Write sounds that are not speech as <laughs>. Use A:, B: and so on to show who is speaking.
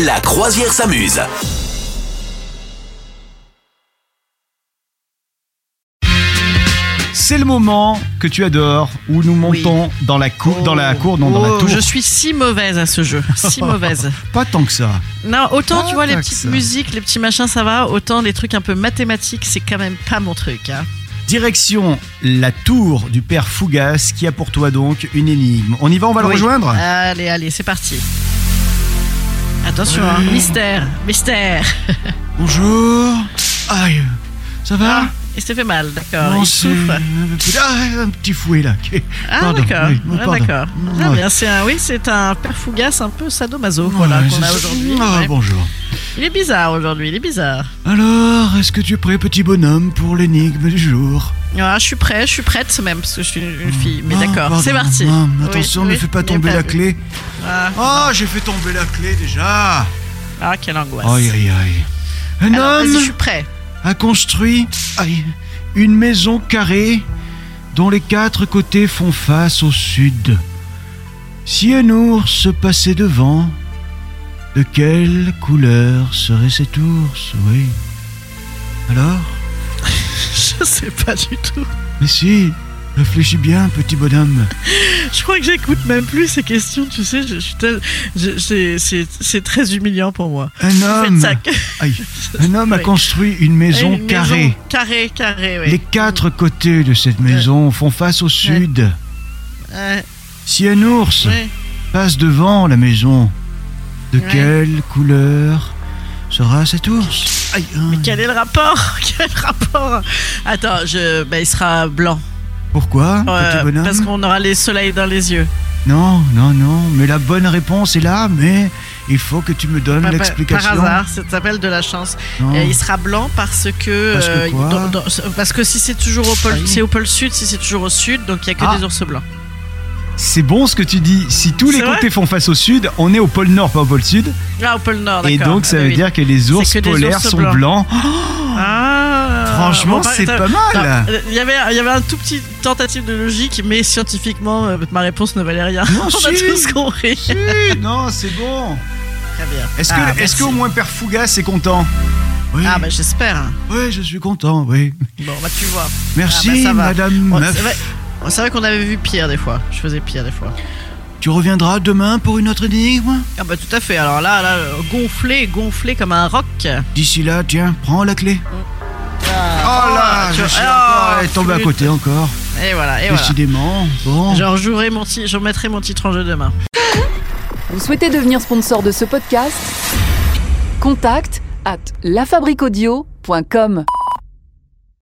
A: La croisière s'amuse.
B: C'est le moment que tu adores où nous
C: Oui.
B: montons dans la cour, dans la cour, non, dans la
C: Oh,
B: tour.
C: Je suis si mauvaise à ce jeu,
B: <laughs>
C: si mauvaise.
B: Pas tant que ça.
C: Non, autant
B: Ah,
C: tu vois les
B: tac,
C: petites
B: ça.
C: musiques, les petits machins, ça va. Autant les trucs un peu mathématiques, c'est quand même pas mon truc. hein.
B: Direction la tour du père Fougas qui a pour toi donc une énigme. On y va, on va le
C: Oui.
B: rejoindre.
C: Allez, allez, c'est parti. Attention, hein, mystère, mystère.
B: Bonjour. Aïe, ça va
C: Ah, Il s'est fait mal, d'accord.
B: Non,
C: Il
B: c'est-
C: souffre.
B: Ah, un petit fouet là. Ok.
C: Ah
B: Pardon,
C: d'accord,
B: oui,
C: Ah,
B: pardon.
C: d'accord. Ah,
B: Ouais.
C: bien, c'est un, oui, c'est un père Fougas un peu sadomaso voilà
B: Ouais,
C: qu'on
B: c'est
C: a
B: ça.
C: aujourd'hui.
B: Ah,
C: ouais.
B: bonjour.
C: Il est bizarre aujourd'hui, il est bizarre.
B: Alors, est-ce que tu es prêt, petit bonhomme, pour l'énigme du jour
C: Ah, je suis prêt, je suis prête même parce que je suis une, une fille. Mais
B: Ah,
C: d'accord,
B: pardon.
C: c'est parti.
B: Ah,
C: Oui,
B: attention, ne
C: oui,
B: fais pas
C: il est
B: tomber la
C: vu.
B: clé.
C: Ah,
B: Ah, j'ai fait tomber la clé déjà.
C: ah, quelle angoisse.
B: Aïe, aïe, aïe. Un
C: Alors, vas-y,
B: homme
C: je suis prêt.
B: a construit aïe, une maison carrée dont les quatre côtés font face au sud. Si un ours passait devant, de quelle couleur serait cet ours Oui. Alors
C: <laughs> Je sais pas du tout.
B: Mais si, réfléchis bien, petit bonhomme.
C: Je crois que j'écoute même plus ces questions, tu sais. Je, je suis tel- je- c'est- c'est c'est très humiliant pour moi.
B: Un
C: Faites
B: homme,
C: ça.
B: aïe, un homme a
C: Oui.
B: construit une maison
C: <laughs> Une
B: carrée.
C: maison Carré, carré, oui.
B: Les quatre côtés de cette maison font face au sud.
C: Ouais,
B: Si un ours
C: ouais.
B: passe devant la maison, de
C: Ouais.
B: quelle couleur sera cet ours Aïe, hein.
C: Mais quel est le rapport <laughs> Quel rapport Attends, je, bah, il sera blanc.
B: Pourquoi
C: Euh,
B: petit bonhomme
C: parce qu'on aura les soleils dans les yeux.
B: Non, non, non. Mais la bonne réponse est là, mais il faut que tu me donnes
C: Pas- pas-
B: l'explication.
C: Par hasard, ça s'appelle de la chance.
B: Non.
C: Et il sera blanc parce
B: Ah.
C: que euh,
B: Parce que quoi
C: dans- dans- parce que si c'est toujours au
B: Ah
C: pôle,
B: oui.
C: c'est au pôle sud, si c'est toujours au sud, donc il y a que
B: Ah.
C: des ours blancs.
B: C'est bon ce que tu dis. Si tous les
C: C'est vrai
B: côtés font face au sud, on est au pôle nord, pas au pôle sud.
C: Là, au pôle nord,
B: Et
C: d'accord.
B: donc ça
C: Ah,
B: veut
C: oui.
B: dire que les ours
C: que des
B: polaires
C: ours
B: sont
C: blancs.
B: blancs. <laughs>
C: Ah.
B: Franchement,
C: Bon, bah,
B: c'est
C: t'as-
B: pas mal.
C: Non, Il y avait, il y avait un tout petit tentative de logique, mais scientifiquement, euh, ma réponse ne valait rien.
B: Non,
C: <laughs> On a
B: si.
C: tous compris.
B: Si, non, c'est bon.
C: Très bien.
B: Est-ce que,
C: Ah,
B: est-ce
C: merci.
B: qu'au moins Père Fougas est content Oui,
C: Ah, bah j'espère.
B: oui, je suis content, oui.
C: Bon, bah tu vois. Ah,
B: Merci,
C: bah, ça va.
B: Madame
C: Bon,
B: Meuf.
C: c'est vrai, bon, c'est vrai qu'on avait vu pire des fois. Je faisais pire des fois.
B: Tu reviendras demain pour une autre énigme
C: Ah, bah tout à fait. Alors là, là gonflé, gonflé comme un roc.
B: D'ici là, tiens, prends la clé. oh là,
C: tu
B: je
C: vois,
B: suis
C: Mm. ah,
B: encore- elle est tombée à
C: flûte.
B: côté encore.
C: Et voilà, et voilà.
B: Décidément, bon.
C: Je rejouerai mon ti- je remettrai mon titre en jeu demain.
D: Vous souhaitez devenir sponsor de ce podcast Contact à lafabriquaudio.com.